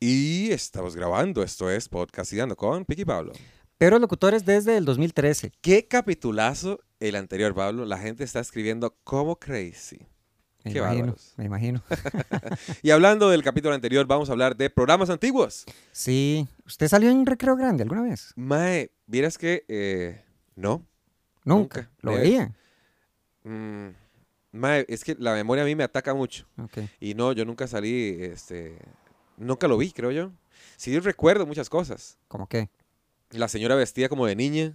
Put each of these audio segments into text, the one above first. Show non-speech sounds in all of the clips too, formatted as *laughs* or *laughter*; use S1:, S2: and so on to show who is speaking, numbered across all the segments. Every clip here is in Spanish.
S1: Y estamos grabando, esto es Podcastidando con Piqui Pablo.
S2: Pero locutores desde el 2013.
S1: Qué capitulazo el anterior, Pablo. La gente está escribiendo como crazy.
S2: Me
S1: Qué
S2: imagino,
S1: bárbaros.
S2: me
S1: *laughs*
S2: imagino.
S1: Y hablando del capítulo anterior, vamos a hablar de programas antiguos.
S2: Sí. ¿Usted salió en Recreo Grande alguna vez?
S1: Mae, vieras que eh, no. Nunca.
S2: Nunca. Lo
S1: Eh,
S2: veía.
S1: Mm, mae, es que la memoria a mí me ataca mucho.
S2: Ok.
S1: Y no, yo nunca salí, este, nunca lo vi, creo yo. Sí recuerdo muchas cosas.
S2: ¿Cómo qué?
S1: La señora vestida como de niña.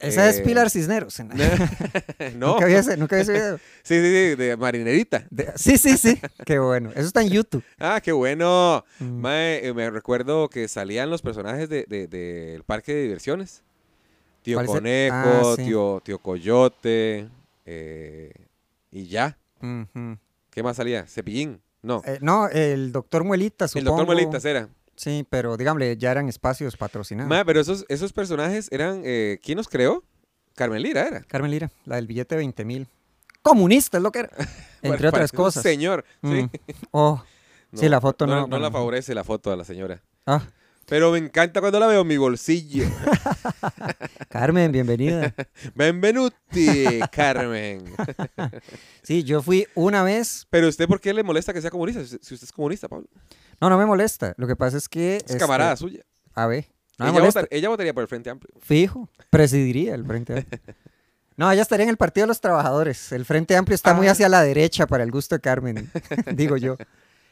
S2: Esa es
S1: Eh, *laughs*
S2: Pilar Cisneros. en-
S1: no,
S2: *laughs* Nunca
S1: sí,
S2: vi ese, nunca vi ese video.
S1: sí, sí, de marinerita.
S2: De- sí,
S1: *laughs*
S2: sí, sí. Qué bueno. Eso está en YouTube.
S1: Ah, qué bueno.
S2: Mm.
S1: Mae, eh, me recuerdo que salían los personajes del de, del parque de diversiones. Tío
S2: ¿Cuál es el-
S1: Conejo,
S2: Ah, sí.
S1: tío, tío Coyote, eh, y ya.
S2: Mm, Ujú.
S1: ¿Qué más salía? Cepillín. No,
S2: Eh, no, el doctor Muelita,
S1: el
S2: supongo.
S1: doctor Molitas era.
S2: Sí, pero dígame, ya eran espacios patrocinados.
S1: Mae, pero esos, esos personajes eran. eh, ¿Quién los creó? Carmen Lira era.
S2: Carmen Lira, la del billete de 20 mil. Comunista es
S1: *laughs*
S2: lo que era. Entre
S1: Pare-
S2: otras
S1: parece un
S2: cosas.
S1: Señor. Sí.
S2: Mm. Oh, Sí, la foto no,
S1: No,
S2: bueno,
S1: la
S2: no.
S1: favorece la foto a la señora.
S2: ah,
S1: Pero me encanta cuando la veo en mi bolsillo.
S2: Carmen, bienvenida. *laughs*
S1: Benvenuti, Carmen.
S2: Sí, yo fui una vez.
S1: Pero usted, ¿por qué le molesta que sea comunista? Si si usted es comunista, Pablo.
S2: No, no me molesta. Lo que pasa es que. este,
S1: Es camarada suya.
S2: A ver. No me
S1: ella,
S2: molesta.
S1: votar- ella votaría por el Frente Amplio.
S2: Fijo. Presidiría el Frente
S1: *laughs*
S2: Amplio. No, ella estaría en el Partido de los Trabajadores. El Frente Amplio está muy
S1: Ah.
S2: hacia la derecha para el gusto de Carmen, *laughs* digo yo.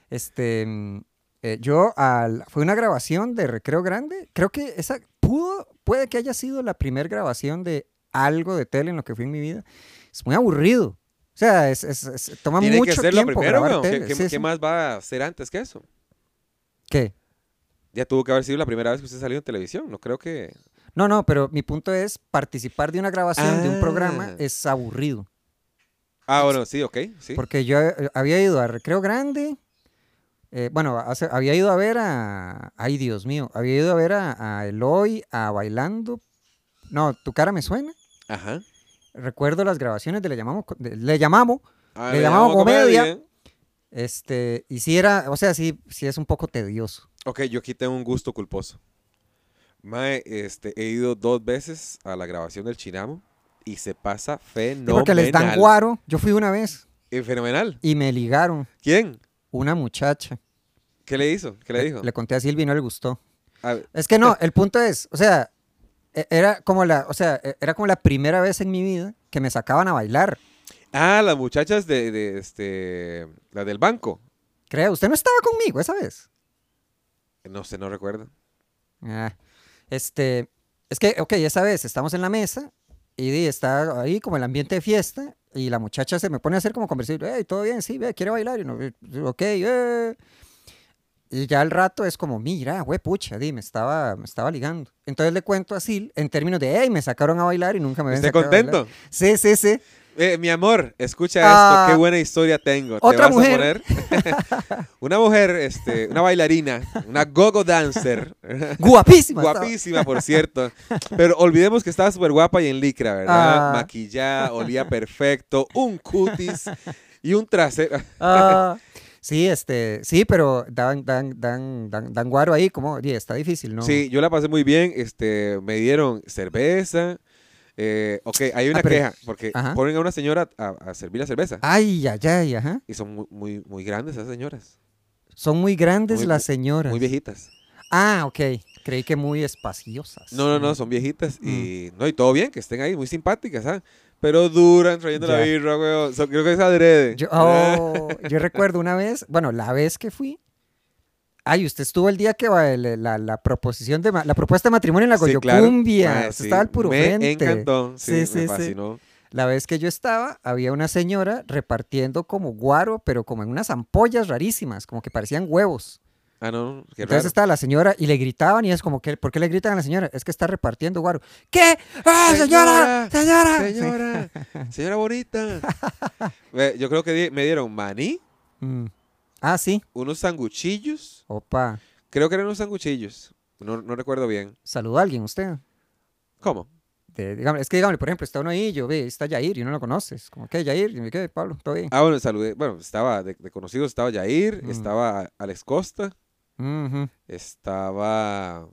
S2: Este, mm, eh, yo al- fue una grabación de Recreo Grande. Creo que esa pudo, puede que haya sido la primera grabación de algo de tele en lo que fui en mi vida. Es muy aburrido. O sea, es, es- es- toma
S1: Tiene
S2: mucho
S1: que ser lo
S2: tiempo
S1: primero,
S2: grabar
S1: weón. ¿Qué,
S2: tele.
S1: qué-
S2: Sí,
S1: qué
S2: sí.
S1: más va a hacer antes que eso?
S2: ¿Qué?
S1: Ya tuvo que haber sido la primera vez que usted salió en televisión. No creo que.
S2: No, no, pero mi punto es participar de una grabación de un
S1: Ah.
S2: programa es aburrido.
S1: Ah, bueno, sí, ok. Sí.
S2: Porque yo eh, había ido a Recreo Grande. eh, bueno, hace- había ido a ver a. Ay, Dios mío. Había ido a ver a, a Eloy, a Bailando. No, tu cara me suena.
S1: Ajá.
S2: Recuerdo las grabaciones de Le Llamamos. Co- de Le Llamamos.
S1: Ah,
S2: Le llamamos comedia. Este, y si era. O sea, sí, sí es un poco tedioso.
S1: Ok, yo aquí tengo un gusto culposo. Mae, este, he ido dos veces a la grabación del Chinamo y se pasa
S2: Sí,
S1: fenomenal.
S2: porque les dan guaro. Yo fui una vez
S1: Eh, fenomenal.
S2: y me ligaron
S1: ¿Quién?
S2: una muchacha.
S1: ¿Qué le hizo? ¿Qué le dijo?
S2: Le conté a Silvi y no le gustó.
S1: A ver,
S2: Es que no, el punto es, o sea, e- era como la, o sea, e- era como la primera vez en mi vida que me sacaban a bailar.
S1: Ah, las muchachas de, de, este, las del banco.
S2: Creo, usted no estaba conmigo esa vez.
S1: No sé, no recuerdo.
S2: Ah, este, es que, ok, esa vez estamos en la mesa y di, está ahí como el ambiente de fiesta y la muchacha se me pone a hacer como conversión, hey, todo bien, sí, ve, quiere bailar, y no, eh, ok, eh". Y ya al rato es como, mira, güey, pucha, di, me estaba, me estaba ligando. Entonces le cuento a Sil en términos de, hey, me sacaron a bailar y nunca me habían
S1: ¿Esté
S2: sacado a bailar".
S1: contento?
S2: Sí, sí, sí.
S1: Eh, mi amor, escucha
S2: Ah,
S1: esto, qué buena historia tengo. ¿Te
S2: otra
S1: vas a
S2: mujer.
S1: poner? *laughs* una mujer, este, una bailarina, una gogo
S2: *laughs*
S1: dancer,
S2: Guapísima. estaba.
S1: guapísima por cierto, pero olvidemos que estaba súper guapa y en licra, ¿verdad?
S2: Ah.
S1: Maquillada, olía perfecto, un cutis y un trasero.
S2: Ah, sí, este, sí, pero dan, dan, dan, dan, dan guaro ahí, como, y está difícil, ¿no?
S1: Sí, yo la pasé muy bien, este, me dieron cerveza. eh, ok, hay una
S2: Ah, pero-
S1: queja, porque
S2: Ajá. Ah.
S1: ponen a una señora a, a servir la cerveza.
S2: Ay, ay, ay, ajá.
S1: Y son muy, muy, muy grandes esas señoras,
S2: Son muy grandes
S1: Muy-
S2: las señoras.
S1: muy viejitas.
S2: Ah, ok. Creí que muy espaciosas.
S1: No, no, no, son viejitas y
S2: Mm.
S1: no, y todo bien, que estén ahí, muy simpáticas, ¿ah? Pero duran trayendo la
S2: Ya.
S1: birra, weón. So, creo que es adrede. *laughs* Ah,
S2: Yo, oh, yo recuerdo una vez, bueno, la vez que fui. Ay, usted estuvo el día que va el- la, la proposición de ma- la propuesta de matrimonio en la
S1: Sí, claro.
S2: Goyocumbia.
S1: Mae,
S2: usted
S1: sí,
S2: estaba al puro
S1: me
S2: frente.
S1: encantó. Sí,
S2: Sí, sí,
S1: me
S2: sí.
S1: fascinó.
S2: La vez que yo estaba, había una señora repartiendo como guaro, pero como en unas ampollas rarísimas, como que parecían huevos.
S1: Ah, no, qué
S2: Entonces
S1: raro.
S2: estaba la señora y le gritaban y es como que, ¿por qué le gritan a la señora? Es que está repartiendo guaro. ¿Qué? ¡Ah, señora! ¡Señora! ah, Sí. *laughs*
S1: Señora, señora bonita. Ve, Yo creo que di- me dieron maní,
S2: Mm. Ah, sí.
S1: unos sanguchillos.
S2: Opa,
S1: Creo que eran unos sanguchillos. No, no recuerdo bien.
S2: saludó a alguien usted.
S1: ¿Cómo?
S2: De- dígame- es que dígame, por ejemplo, está uno ahí y yo, ve, está Yair y uno lo conoces. Como que Yair, y me quedé, Pablo, todo bien.
S1: Ah, bueno, saludé. Bueno, estaba de, de conocidos, estaba Jair,
S2: Mm.
S1: estaba Alex Costa,
S2: Ujú.
S1: Estaba.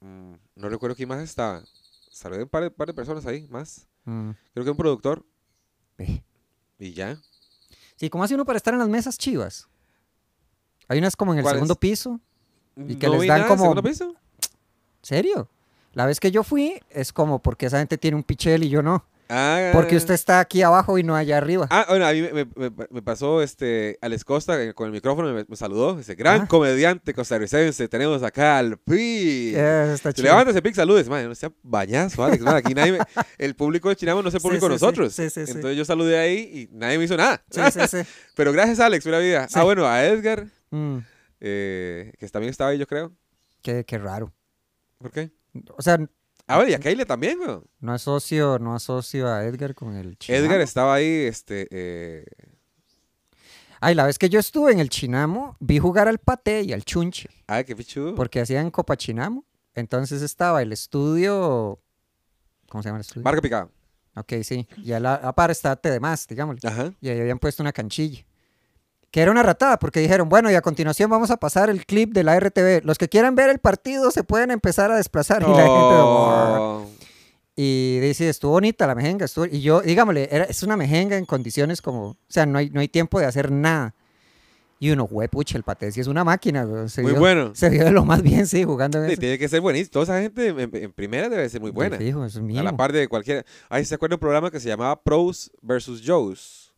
S1: mm, No recuerdo quién más estaba. Saludé un par de, par de personas ahí, más.
S2: Mm.
S1: Creo que un productor
S2: Ve.
S1: y ya.
S2: Sí, ¿cómo hace uno para estar en las mesas chivas? Hay unas como en el
S1: ¿Cuáles?
S2: segundo piso. Y que
S1: No
S2: les
S1: vi
S2: dan
S1: nada,
S2: como-
S1: ¿segundo piso?
S2: ¿Serio? La vez que yo fui es como porque esa gente tiene un pichel y yo no.
S1: Ah,
S2: Porque usted está aquí abajo y no allá arriba.
S1: Ah, bueno, a mí me, me- me- me pasó este, Alex Costa eh, con el micrófono, me, me saludó. Dice, gran
S2: Ah.
S1: comediante costarricense, tenemos acá al Pi.
S2: Eh, está
S1: Si
S2: chido.
S1: levantas el pic, saludes. Madre, no sea bañazo, Alex. madre, aquí
S2: *laughs*
S1: nadie me- el público de Chinamo no es el
S2: Sí,
S1: público de
S2: sí, sí,
S1: nosotros.
S2: sí, sí, sí.
S1: Entonces yo saludé ahí y nadie me hizo nada. Ah,
S2: Sí, sí, sí.
S1: *laughs* Pero gracias, Alex, una vida.
S2: Sí.
S1: Ah, bueno, a Edgar,
S2: Mm,
S1: eh, que también estaba ahí, yo creo.
S2: qué, qué raro.
S1: ¿Por qué?
S2: O sea,
S1: Ah, bueno, y a Kyle también, weón.
S2: no asocio, no asocio a Edgar con el chinamo.
S1: Edgar estaba ahí, este. eh,
S2: Ay, la vez que yo estuve en el Chinamo, vi jugar al Pate y al Chunche,
S1: ah, qué pichudo.
S2: porque hacían Copa Chinamo. Entonces estaba el estudio. ¿Cómo se llama el estudio?
S1: Marco Picado.
S2: Ok, sí. Y a la a par está Tedemás, digámosle.
S1: Ajá.
S2: Y ahí habían puesto una canchilla. Que era una ratada, porque dijeron, bueno, y a continuación vamos a pasar el clip de la RTV. Los que quieran ver el partido se pueden empezar a desplazar. Y la gente...
S1: Oh.
S2: Y dice, estuvo bonita la mejenga. estuvo-". Y yo, digámosle, era, es una mejenga en condiciones como... O sea, no hay, no hay tiempo de hacer nada. Y uno, huepucha, el Pate sí es una máquina. güey, Se
S1: Muy
S2: vio,
S1: bueno.
S2: Se vio de lo más bien, sí, jugando en
S1: Sí,
S2: eso.
S1: tiene que ser buenísimo. Toda esa gente en, en primera debe ser muy
S2: De
S1: buena.
S2: fijo, eso es
S1: A la
S2: mínimo.
S1: par de cualquiera. Ahí se acuerda un programa que se llamaba Pros versus Joes.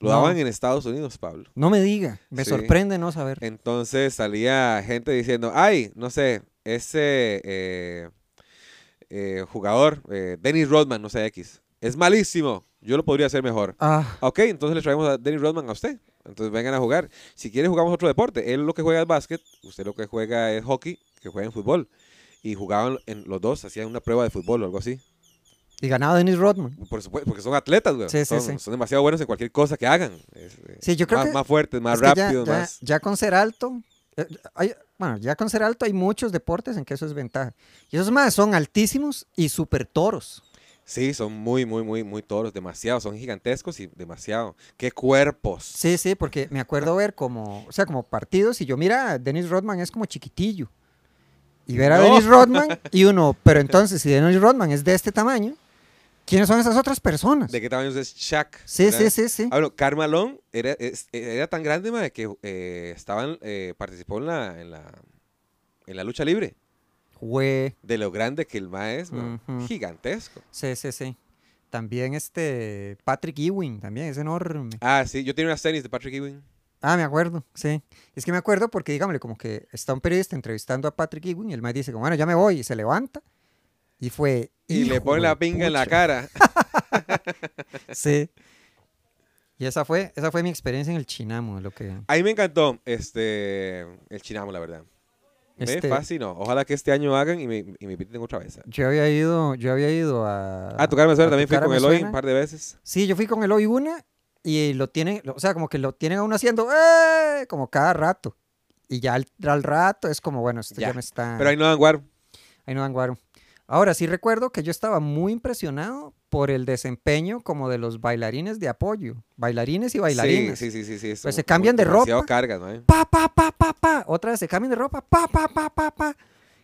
S1: Lo
S2: No.
S1: daban en Estados Unidos, Pablo.
S2: No me diga. Me
S1: Sí.
S2: sorprende no saber.
S1: Entonces salía gente diciendo, ay, no sé, ese eh, eh, jugador, eh, Dennis Rodman, no sé, X, es malísimo. Yo lo podría hacer mejor.
S2: Ah,
S1: Ok, entonces le traemos a Dennis Rodman a usted. Entonces vengan a jugar. Si quiere, jugamos otro deporte. Él lo que juega es básquet, usted lo que juega es hockey, que juega en fútbol. Y jugaban en los dos, hacían una prueba de fútbol o algo así.
S2: y ganado Denis Rodman.
S1: Por supuesto, porque son atletas, güey.
S2: Sí, sí,
S1: son,
S2: sí.
S1: son demasiado buenos en cualquier cosa que hagan. Es, eh,
S2: Sí, yo creo
S1: más,
S2: que-
S1: más fuertes, más
S2: Es que ya-
S1: rápidos,
S2: ya,
S1: más.
S2: ya con ser alto, eh, hay- bueno, ya con ser alto hay muchos deportes en que eso es ventaja. Y esos más son altísimos y súper toros.
S1: Sí, son muy, muy, muy, muy toros, demasiado, son gigantescos y demasiado. ¡Qué cuerpos!
S2: Sí, sí, porque me acuerdo ver como, o sea, como partidos y yo, mira, Dennis Rodman es como chiquitillo. Y ver a
S1: No.
S2: Dennis
S1: *laughs*
S2: Rodman y uno, pero entonces si Dennis Rodman es de este tamaño, ¿quiénes son esas otras personas?
S1: ¿De qué tamaño es Shaq?
S2: pues. Sí,
S1: verdad?
S2: sí, sí, sí.
S1: Ah, bueno, Carmalón era, es- e, era tan grande, madre, que eh, estaban, eh, participó en la, en, la, en la lucha libre.
S2: Güey.
S1: De lo grande que el ma es, weón,
S2: Ujú.
S1: gigantesco.
S2: Sí, sí, sí. También este Patrick Ewing, también es enorme.
S1: Ah, sí, yo tenía unas tenis de Patrick Ewing.
S2: Ah, me acuerdo, sí. Es que me acuerdo porque, dígamele, como que está un periodista entrevistando a Patrick Ewing y el más dice, como, bueno, ya me voy, y se levanta. Y fue.
S1: Y le
S2: "Hijo
S1: ponen
S2: de
S1: la pinga en la
S2: pucha".
S1: cara.
S2: Sí. Y esa fue, esa fue mi experiencia en el Chinamo, lo que.
S1: A mí me encantó este, el chinamo, la verdad.
S2: Este,
S1: Me fascinó. Ojalá que este año hagan y me, y me inviten otra vez.
S2: Yo había ido, yo había ido a.
S1: Ah, tu cara me suena, también fui
S2: tocar a
S1: con
S2: Me
S1: Eloy
S2: Suena.
S1: un par de veces.
S2: Sí, yo fui con Eloy una y lo tienen, lo- o sea, como que lo tienen aún haciendo ¡eh! como cada rato. Y ya al, al rato es como, bueno, esto ya,
S1: Ya,
S2: me está.
S1: Pero ahí no dan guaro.
S2: Ahí no dan guaro. Ahora sí recuerdo que yo estaba muy impresionado por el desempeño como de los bailarines de apoyo, bailarines y bailarinas.
S1: Sí, sí, sí, sí. sí, es
S2: Pues se
S1: muy-
S2: cambian de
S1: demasiado
S2: ropa.
S1: carga, ¿no?
S2: Pa, pa, pa, pa, pa. Otra vez se cambian de ropa. Pa, pa, pa, pa, pa.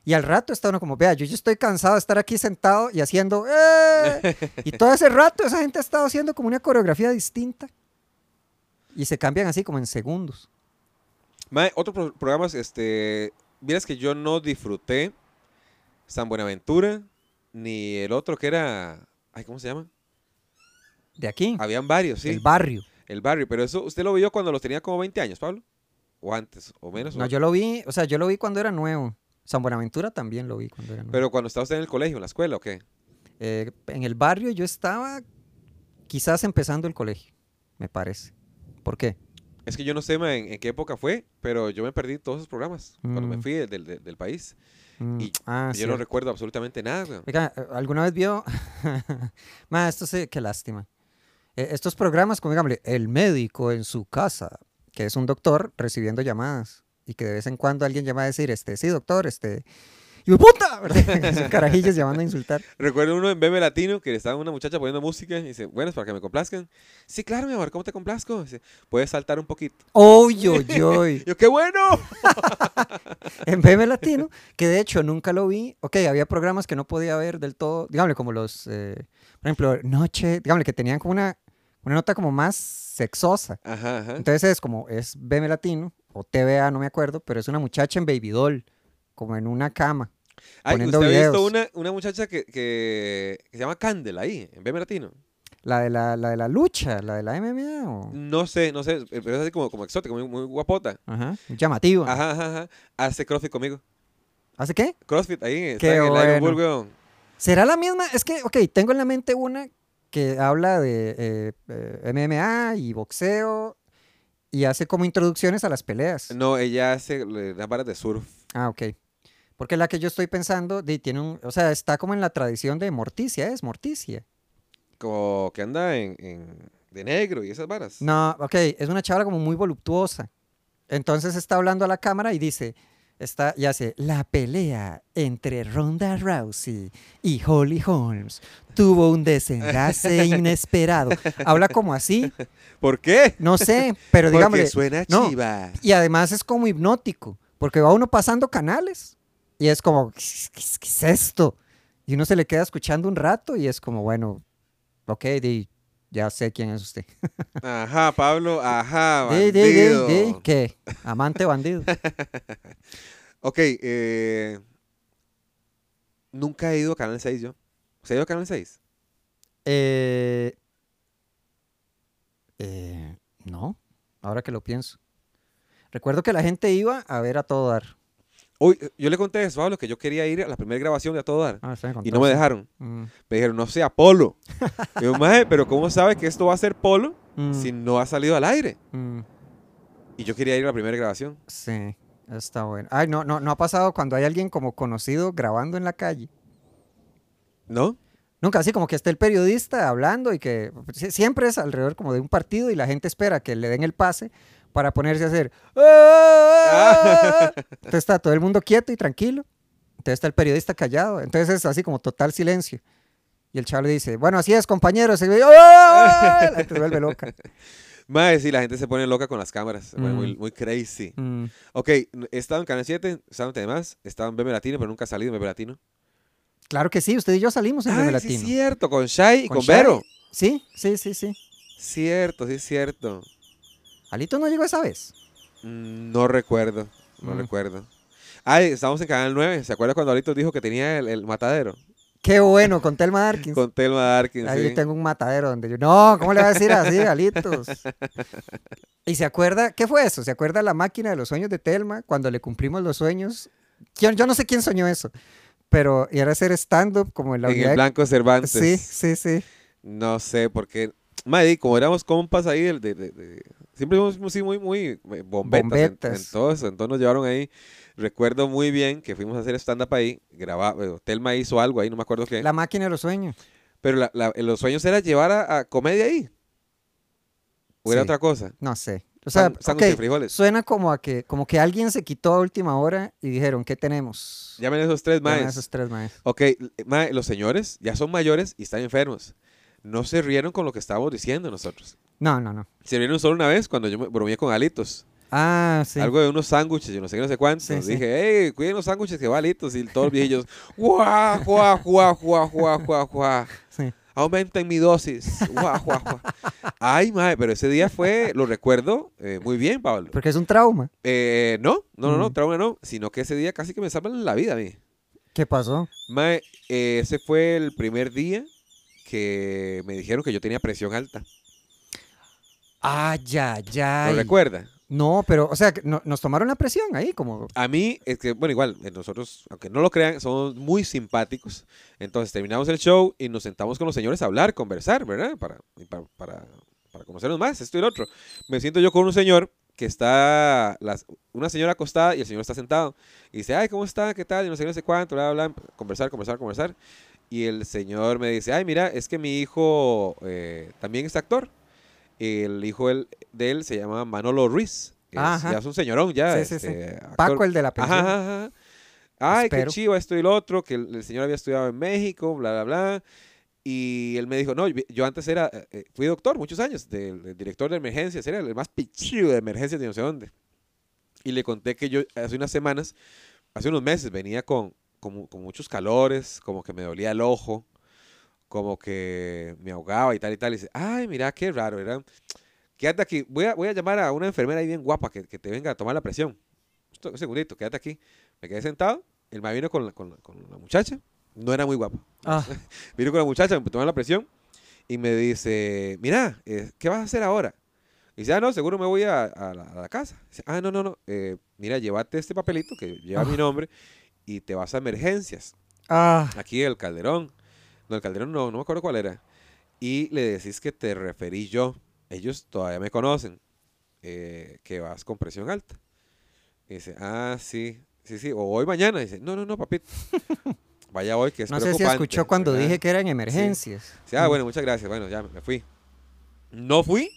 S2: Y al rato está uno como, vea, yo ya estoy cansado de estar aquí sentado y haciendo... "Eh". Y todo ese rato esa gente ha estado haciendo como una coreografía distinta. Y se cambian así como en segundos.
S1: Mae, otro pro- programa, este. Miras que yo no disfruté San Buenaventura ni el otro que era. Ay, ¿cómo se llama?
S2: De aquí,
S1: Habían varios, Ah, sí.
S2: el
S1: El,
S2: barrio.
S1: barrio. Pero eso, ¿usted lo vio cuando los tenía como 20 años, Pablo? O antes, o menos. o-
S2: No, yo lo vi, o sea, yo lo vi cuando era nuevo. San Buenaventura también lo vi cuando era nuevo.
S1: Pero cuando estaba usted en el colegio, en la escuela, ¿o qué?
S2: Eh, en el barrio yo estaba quizás empezando el colegio, me parece. ¿Por qué?
S1: Es que yo no sé mae, en, en qué época fue, pero yo me perdí todos esos programas cuando me
S2: Mm.
S1: fui del, del- del- del país.
S2: Mm,
S1: Y
S2: ah,
S1: yo no
S2: cierto.
S1: recuerdo absolutamente nada, weón.
S2: Oiga, eh, ¿alguna vez vio? *laughs* Ma, esto sí, qué lástima. Eh, estos programas, como digámosle, el médico en su casa, que es un doctor recibiendo llamadas y que de vez en cuando alguien llama a decir, este, sí, doctor, este, ¡Hijo de puta! *laughs* ¿verdad? Esos carajillos llamando
S1: *laughs*
S2: a insultar.
S1: Recuerdo uno en BM Latino que le estaba una muchacha poniendo música y dice, bueno, es para que me complazcan. Sí, claro, mi amor, ¿cómo te complazco? Dice, puedes saltar un poquito.
S2: ¡Oh, yo, yo!
S1: Yo, ¡qué bueno!
S2: En BM Latino, que de hecho nunca lo vi. Ok, había programas que no podía ver del todo. Dígame, como los. eh, por ejemplo, Noche. Dígame, que tenían como una, una nota como más sexosa.
S1: Ajá, ajá.
S2: Entonces es como, es BM Latino o TVA, no me acuerdo, pero es una muchacha en Baby Doll, como en una cama.
S1: Ay, usted
S2: poniendo
S1: ha visto
S2: videos.
S1: una, una muchacha que, que, que se llama Candel ahí, en BM Latino.
S2: La de la, la de la lucha, la de la MMA. o-
S1: No sé, no sé, pero es así como, como exótica, muy, muy guapota.
S2: Ajá, llamativa.
S1: Ajá, ajá, ajá. Hace CrossFit conmigo.
S2: ¿Hace qué?
S1: CrossFit ahí está
S2: Qué
S1: en el Iron
S2: bueno.
S1: Bull, weón.
S2: ¿Será la misma? Es que, ok, tengo en la mente una que habla de eh, eh, MMA y boxeo y hace como introducciones a las peleas.
S1: No, ella hace le- las varas de surf.
S2: Ah, ok. Porque la que yo estoy pensando, di, tiene un, o sea, está como en la tradición de Morticia, ¿es Morticia?
S1: Como que anda en, en- de negro y esas varas.
S2: No, ok, es una chava como muy voluptuosa. Entonces está hablando a la cámara y dice, está, y hace, la pelea entre Ronda Rousey y Holly Holmes tuvo un desenlace inesperado. Habla como así,
S1: ¿Por qué?
S2: no sé, pero
S1: *laughs* Porque
S2: digamos,
S1: suena
S2: no.
S1: chiva.
S2: y además es como hipnótico, porque va uno pasando canales y es como, ¿qué, es- qué es esto? Y uno se le queda escuchando un rato y es como, bueno, ok, di, ya sé quién es usted.
S1: Ajá, Pablo, ajá,
S2: Di, di, di,
S1: bandido.
S2: di, ¿Qué?
S1: *laughs*
S2: Amante bandido.
S1: Ok, eh, nunca he ido a Canal 6 yo. ¿Se ha ido a Canal 6?
S2: Eh, eh, no, ahora que lo pienso. Recuerdo que la gente iba a ver a todo dar.
S1: Uy, yo le conté eso, Pablo, que yo quería ir a la primera grabación de A Todo Dar.
S2: Ah, usted
S1: Y
S2: contó,
S1: no me
S2: sí.
S1: dejaron.
S2: Mm,
S1: Me dijeron, no sea polo.
S2: *laughs*
S1: Y yo, "Maje, pero ¿cómo sabe que esto va a ser polo
S2: mm,
S1: si no ha salido al aire?
S2: mm,
S1: Y yo quería ir a la primera grabación.
S2: sí, está bueno. Ay, no, no, no ha pasado cuando hay alguien como conocido grabando en la calle.
S1: ¿No?
S2: Nunca, así como que esté el periodista hablando y que si- siempre es alrededor como de un partido y la gente espera que le den el pase para ponerse a hacer.
S1: *laughs* Ah.
S2: Entonces está todo el mundo quieto y tranquilo. Entonces está el periodista callado. Entonces es así como total silencio. Y el chaval le dice, bueno, así es, compañeros. Y yo,
S1: *laughs*
S2: "¡Ah!". La gente se vuelve loca.
S1: Mae, sí, la gente se pone loca con las cámaras. Se pone muy,
S2: Mm.
S1: muy crazy.
S2: Mm,
S1: Ok, n- he estado en Canal 7, he estado en demás, he estado en BM Latino, pero nunca he salido en BM Latino.
S2: Claro que sí, usted y yo salimos en
S1: Ay, sí
S2: el
S1: es
S2: Latino.
S1: cierto, con Shai y
S2: Con
S1: con, Vero.
S2: Sí, sí, sí, sí.
S1: Cierto, sí es cierto.
S2: Alito no llegó esa vez.
S1: Mm, No recuerdo, no
S2: Mm.
S1: recuerdo. Ay, estamos en Canal 9, ¿se acuerda cuando Alito dijo que tenía el, el matadero?
S2: Qué bueno, con Telma Darkins.
S1: Con Telma Darkin,
S2: Ahí
S1: sí.
S2: yo tengo un matadero donde yo, no, ¿cómo le va a decir
S1: *laughs*
S2: así, Galitos? ¿Y se acuerda, qué fue eso? ¿Se acuerda la máquina de los sueños de Telma cuando le cumplimos los sueños? Yo, yo no sé quién soñó eso, pero era hacer stand-up como en la
S1: En
S2: unidad
S1: el
S2: de-
S1: Blanco Cervantes.
S2: Sí, sí, sí.
S1: No sé por qué. Madre, como éramos compas ahí, el de, de- de- siempre fuimos sí, muy, muy eh, bombetas. en- En,
S2: Bombetas.
S1: todo eso. Entonces nos llevaron ahí. Recuerdo muy bien que fuimos a hacer stand-up ahí. Grababa, bueno, Telma hizo algo ahí, no me acuerdo qué.
S2: La máquina de los sueños.
S1: Pero la- la- los sueños era llevar a, a comedia ahí. O era
S2: Sí.
S1: otra cosa.
S2: No sé. O sea,
S1: San- sándwiches de
S2: ok,
S1: frijoles.
S2: suena como a que, como que alguien se quitó a última hora y dijeron, ¿qué tenemos?
S1: Llamen a esos tres
S2: Llamen a
S1: maes.
S2: esos tres maes.
S1: Ok, l- mae, los señores ya son mayores y están enfermos. No se rieron con lo que estábamos diciendo nosotros.
S2: No, no, no.
S1: Se rieron solo una vez cuando yo me bromeé con alitos.
S2: Ah, sí.
S1: Algo de unos sándwiches, yo no sé qué, no sé cuántos.
S2: Sí, sí.
S1: Dije, hey, cuiden los sándwiches que valitos. Y todos los viejillos, guau, guau, guau, guau, guau, guau, guau.
S2: Sí.
S1: Aumenten mi dosis. Guau, guau, guau. Ay, madre, pero ese día fue, lo recuerdo eh, muy bien, Pablo.
S2: Porque es un trauma.
S1: Eh, no, no, no, no,
S2: Mm.
S1: trauma no, sino que ese día casi que me salvan la vida a mí.
S2: ¿Qué pasó?
S1: Mae, eh, ese fue el primer día que me dijeron que yo tenía presión alta.
S2: Ah, ya, ya.
S1: ¿Lo recuerda?
S2: No, pero, o sea, que no- nos tomaron la presión ahí, como.
S1: A mí, es que, bueno, igual, eh, nosotros, aunque no lo crean, somos muy simpáticos. Entonces terminamos el show y nos sentamos con los señores a hablar, conversar, ¿verdad? Para, y pa- para, para conocernos más, esto y lo otro. Me siento yo con un señor que está, las- una señora acostada y el señor está sentado. Y dice, ay, ¿cómo está? ¿Qué tal? Y no sé, qué, no sé cuánto, bla, bla, bla. Conversar, conversar, conversar. Y el señor me dice, ay, mira, es que mi hijo eh, también es actor. El hijo del- de él se llama Manolo Ruiz. Es-
S2: Ajá.
S1: ya es un señorón, ya.
S2: Sí, sí, sí.
S1: este, actor.
S2: Paco, el de la
S1: Ajá,
S2: pensión.
S1: ajá, ajá. Ay,
S2: Espero.
S1: qué chiva esto y lo otro, que el, el señor había estudiado en México, bla, bla, bla. Y él me dijo, no, yo- yo antes era, eh, eh, fui doctor muchos años, del, del director de emergencias, era el más pichido de emergencias de no sé dónde. Y le conté que yo hace unas semanas, hace unos meses, venía con, con, con muchos calores, como que me dolía el ojo, como que me ahogaba y tal y tal. Y dice, ay, mira, qué raro, era Quédate aquí, voy a, voy a llamar a una enfermera ahí bien guapa que, que te venga a tomar la presión. Esto- Un segundito, quédate aquí. Me quedé sentado, el ma vino con la, con la- con la muchacha, no era muy guapa.
S2: Ah,
S1: *laughs* Vino con la muchacha, me tomó la presión y me dice, mira, eh, ¿qué vas a hacer ahora? Y dice, ah, no, seguro me voy a, a la, a la casa. Dice, ah, no, no, no, eh, mira, llévate este papelito que lleva mi nombre y te vas a emergencias
S2: ah,
S1: aquí el Calderón. No, el Calderón no, no me acuerdo cuál era. Y le decís que te referí yo. Ellos todavía me conocen. eh, que vas con presión alta. Y dice, ah, sí, sí, sí. O hoy mañana. Y dice, no, no, no,
S2: *laughs*
S1: papito. Vaya hoy, que es
S2: no sé si
S1: preocupante",
S2: escuchó cuando
S1: ¿verdad?
S2: dije que eran emergencias.
S1: Dice, ah, bueno, muchas gracias. Bueno, ya me fui. No fui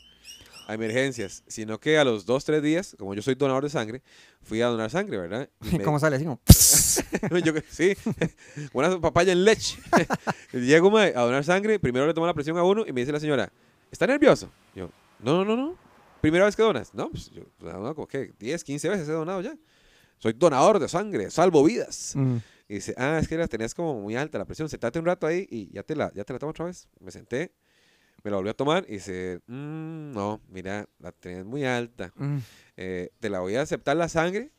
S1: a emergencias, sino que a los dos, tres días, como yo soy donador de sangre, fui a donar sangre, ¿verdad? Y
S2: *laughs* *laughs* ¿Y
S1: me-
S2: cómo sale así? como,
S1: *laughs* yo que- *laughs* sí, una papaya en leche. *laughs* Llego mae, a donar sangre, primero le tomo la presión a uno y me dice la señora, ¿está nervioso? Yo, no, no, no, no. ¿Primera vez que donas? No, pues yo he donado como que 10, 15 veces he donado ya. Soy donador de sangre, salvo vidas.
S2: *laughs* mm,
S1: Y dice, ah, es que la tenías como muy alta la presión, sentate un rato ahí y ya te la, ya te la tomo otra vez. Me senté, me la volví a tomar y dice, "Mm, no, mira, la tenías muy alta.
S2: mm,
S1: Eh, te la voy a aceptar la sangre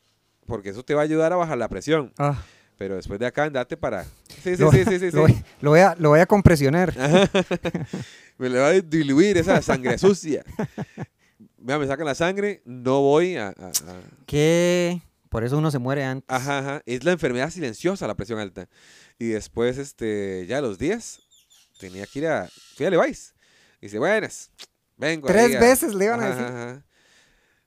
S1: porque eso te va a ayudar a bajar la presión.
S2: ah,
S1: Pero después de acá andate para. Sí, sí,
S2: lo,
S1: sí, sí, sí.
S2: lo
S1: sí.
S2: voy- lo voy a, lo voy a compresionar.
S1: Ajá. Me le va a diluir esa sangre sucia. Vea, me sacan la sangre, no voy a, a- a-
S2: Que por eso uno se muere antes.
S1: Ajá, ajá. Es la enfermedad silenciosa, la presión alta. Y después, este, ya a los días, tenía que ir a. Fui a Levi's. Y dice, buenas, vengo. ahí
S2: Tres
S1: a-
S2: veces le iban a
S1: Ajá,
S2: decir.
S1: ajá.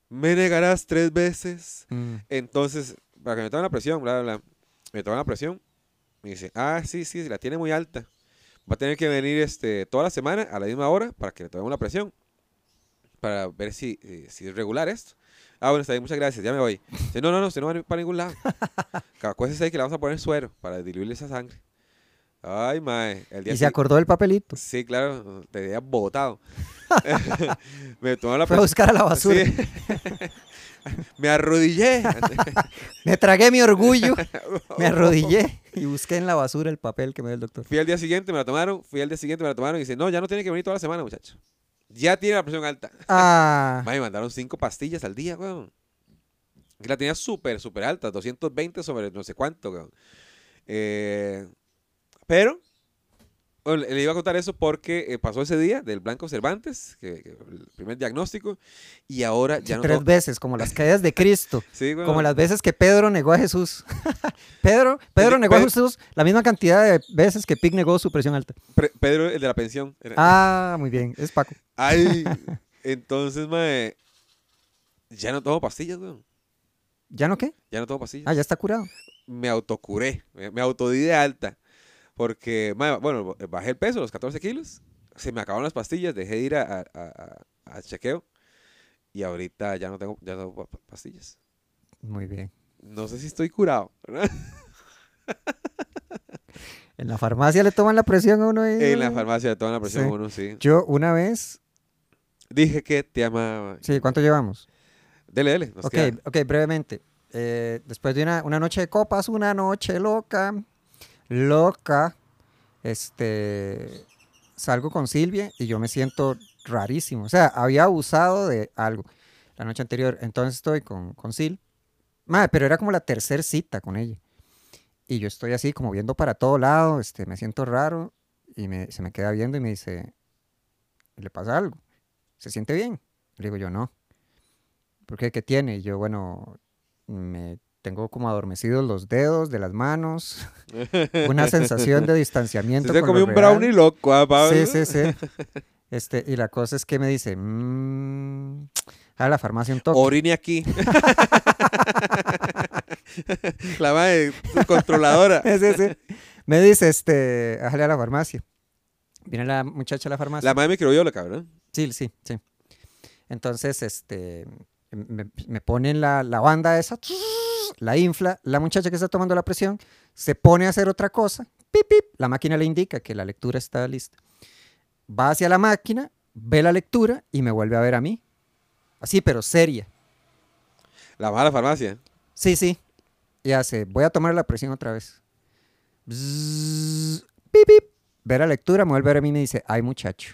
S1: Me negarás tres veces.
S2: Mm,
S1: Entonces, para que me tomen la presión, bla, bla, bla. Me toman la presión. Me dice, ah, sí, sí, sí, la tiene muy alta. Va a tener que venir este, toda la semana a la misma hora para que le tomemos la presión. Para ver si, eh, si es regular esto. Ah, bueno, está bien, muchas gracias, ya me voy. Dice, no, no, no, usted no va a ir para ningún
S2: *laughs*
S1: lado. Cacueces ahí que le vamos a poner suero para diluirle esa sangre. Ay, mae. El día
S2: Y se
S1: que-
S2: acordó del papelito.
S1: Sí, claro, te había
S2: *laughs*
S1: botado. *laughs* me tomaron la
S2: Fue a
S1: presión.
S2: buscar a la basura.
S1: Sí. *laughs* me
S2: *laughs*
S1: arrodillé.
S2: Me tragué mi orgullo,
S1: *laughs*
S2: me arrodillé y busqué en la basura el papel que me dio
S1: *laughs*
S2: el doctor.
S1: Fui al día siguiente, me la tomaron. Fui al día siguiente, me la tomaron. Y dice, no, ya no tiene que venir toda la semana, muchacho. Ya tiene la presión alta.
S2: Ah,
S1: Ma, me mandaron cinco pastillas al día, weón. Que la tenía súper, súper alta. 220 sobre no sé cuánto, weón. Eh, pero, bueno, le le iba a contar eso porque eh, pasó ese día del Blanco Cervantes, que, que el primer diagnóstico, y ahora ya no...
S2: tres
S1: to-
S2: veces, como las caídas de Cristo,
S1: Sí, weón.
S2: como las veces que Pedro negó a Jesús. *laughs* Pedro, Pedro
S1: Pe-
S2: negó a
S1: Pedro-
S2: Jesús la misma cantidad de veces que Pig negó su presión alta.
S1: Pre- Pedro, el de la pensión. era-
S2: Ah, muy bien, es Paco.
S1: Ay,
S2: *laughs*
S1: entonces, mae, ya no tomo pastillas, weón.
S2: ¿Ya no qué?
S1: Ya no tomo pastillas.
S2: Ah, ya está curado.
S1: me autocuré, me, me autodí de alta. Porque, ma, bueno, b- bajé el peso, los 14 kilos, se me acabaron las pastillas, dejé de ir a, a- a- a- a chequeo y ahorita ya no tengo ya no tengo pa- pa- pastillas.
S2: Muy bien.
S1: No sé si estoy curado. ¿verdad? *laughs*
S2: En la farmacia le toman la presión a uno. ahí,
S1: En la
S2: ¿no?
S1: farmacia de toda la presión
S2: Mm, Sí.
S1: uno, sí.
S2: Yo una vez,
S1: Dije que te amaba.
S2: sí, ¿cuánto llevamos?
S1: Dele, dele. nos
S2: Ok,
S1: queda.
S2: ok, brevemente. Eh, después de una, una noche de copas, una noche loca, loca, este, salgo con Silvia y yo me siento rarísimo. O sea, había abusado de algo la noche anterior. Entonces estoy con, con Sil. Madre, pero era como la tercer cita con ella. Y yo estoy así, como viendo para todo lado, este, me siento raro y me- se me queda viendo y me dice, ¿le pasa algo? ¿Se siente bien? Le digo yo, no. ¿Por qué? ¿Qué tiene? Y yo, bueno, me tengo como adormecidos los dedos de las manos, *laughs* una sensación de distanciamiento.
S1: Si te
S2: con lo
S1: comí un
S2: real.
S1: brownie loco, ah, Pablo.
S2: Sí, sí,
S1: *laughs*
S2: sí. Este, y la cosa es que me dice, mmm, a la farmacia un toque.
S1: Orine aquí. *laughs* la madre
S2: *laughs*
S1: controladora.
S2: Sí, sí. Me dice, este, hágale a la farmacia. Viene la muchacha a la farmacia.
S1: La madre microbióloga, ¿verdad?
S2: Sí, sí, sí. Entonces, este, me, me ponen la, la banda esa la infla, la muchacha que está tomando la presión se pone a hacer otra cosa, pip, pip, la máquina le indica que la lectura está lista. Va hacia la máquina, ve la lectura y me vuelve a ver a mí. Así, pero seria.
S1: La mala farmacia.
S2: Sí, sí. Y hace, voy a tomar la presión otra vez. Bzzz, pip, pip. Ve la lectura, me vuelve a ver a mí y me dice, ay muchacho.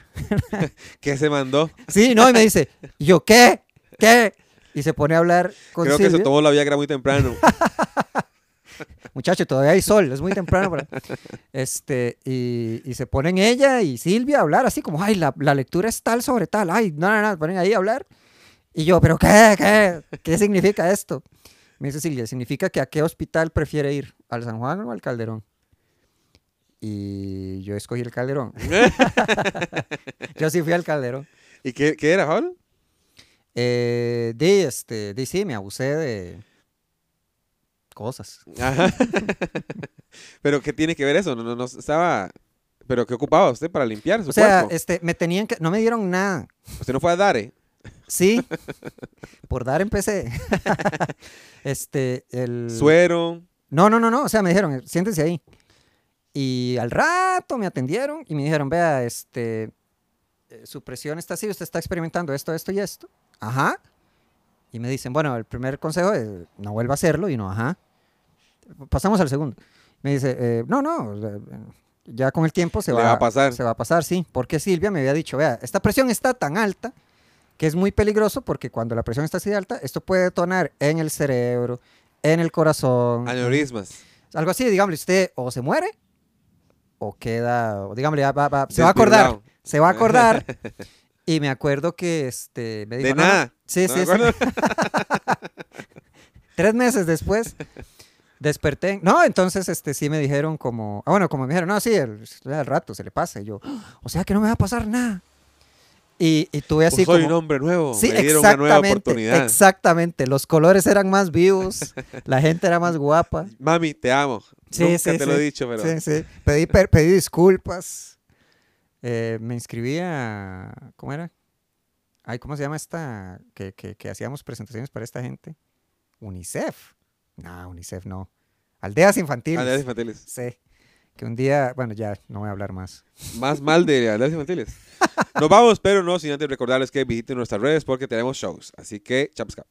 S1: ¿Qué se mandó?
S2: Sí, no, y me dice, *laughs* ¿Y yo qué? ¿Qué? Y se pone a hablar con
S1: Creo que se
S2: Silvio.
S1: tomó la Viagra muy
S2: *laughs*
S1: temprano.
S2: Muchacho, todavía hay sol, es muy temprano. para- Este, y, y se ponen ella y Silvia a hablar así como, ay, la, la lectura es tal sobre tal, ay, no, no, no, ponen ahí a hablar. Y yo, ¿pero qué? ¿Qué? ¿Qué significa esto? Me dice Silvia, significa que a qué hospital prefiere ir, al San Juan o al Calderón. Y yo escogí el Calderón. *laughs* yo sí fui al Calderón.
S1: ¿Y qué, qué era, Pablo?
S2: Eh, di, este, di, sí, me abusé de cosas.
S1: Ajá. *laughs* Pero ¿qué tiene que ver eso? No, no, no estaba... ¿Pero qué ocupaba usted para limpiar su
S2: O sea,
S1: cuerpo?
S2: este, me tenían que, no me dieron nada.
S1: Usted no fue a ¿eh? Dare. *laughs*
S2: Sí, por dar empecé. este, el...
S1: Suero.
S2: No, no, no, no, o sea, me dijeron, siéntense ahí. Y al rato me atendieron y me dijeron, vea, este, eh, su presión está así, usted está experimentando esto, esto y esto. Ajá. Y me dicen, bueno, el primer consejo es, no vuelva a hacerlo y no, ajá. Pasamos al segundo. Me dice, eh, no, no, eh, ya con el tiempo se
S1: Le
S2: va,
S1: va a pasar.
S2: Se va a pasar, sí. Porque Silvia me había dicho, vea, esta presión está tan alta que es muy peligroso porque cuando la presión está así de alta, esto puede detonar en el cerebro, en el corazón.
S1: Aneurismas.
S2: Algo así, digámosle, usted o se muere o queda, o digámosle, va- va- va- Ah, se va a acordar,
S1: Desfibrilado.
S2: se va
S1: *laughs*
S2: a acordar. y me acuerdo que este, me dijo,
S1: De
S2: "No, no".
S1: nada.
S2: Sí,
S1: No
S2: sí,
S1: me
S2: sí.
S1: acuerdo.
S2: *laughs* Tres meses después desperté. No, entonces este, sí me dijeron como, ah, bueno, como me dijeron, no, sí, el- al rato se le pasa. Y yo, "Ah, o sea que no me va a pasar nada. Y, y tuve así
S1: Pues soy
S2: como...
S1: un hombre nuevo.
S2: Sí,
S1: me dieron una nueva
S2: exactamente,
S1: oportunidad.
S2: exactamente. Los colores eran
S1: *laughs*
S2: más vivos, la gente era más guapa.
S1: Mami, te amo.
S2: Sí,
S1: Nunca
S2: sí,
S1: te lo he
S2: sí.
S1: dicho, pero...
S2: Sí, sí. Pedí, per- pedí disculpas. Eh, me inscribí a. ¿Cómo era? Ay, ¿cómo se llama esta? Que, que- que hacíamos presentaciones para esta gente. UNICEF. No, UNICEF no. Aldeas infantiles.
S1: Aldeas infantiles.
S2: Sí. Que un día. Bueno, ya no voy a hablar más.
S1: Más mal de aldeas
S2: *laughs*
S1: infantiles. Nos vamos, pero no sin antes recordarles que pues, visiten nuestras redes porque tenemos shows. Así que, chapscap.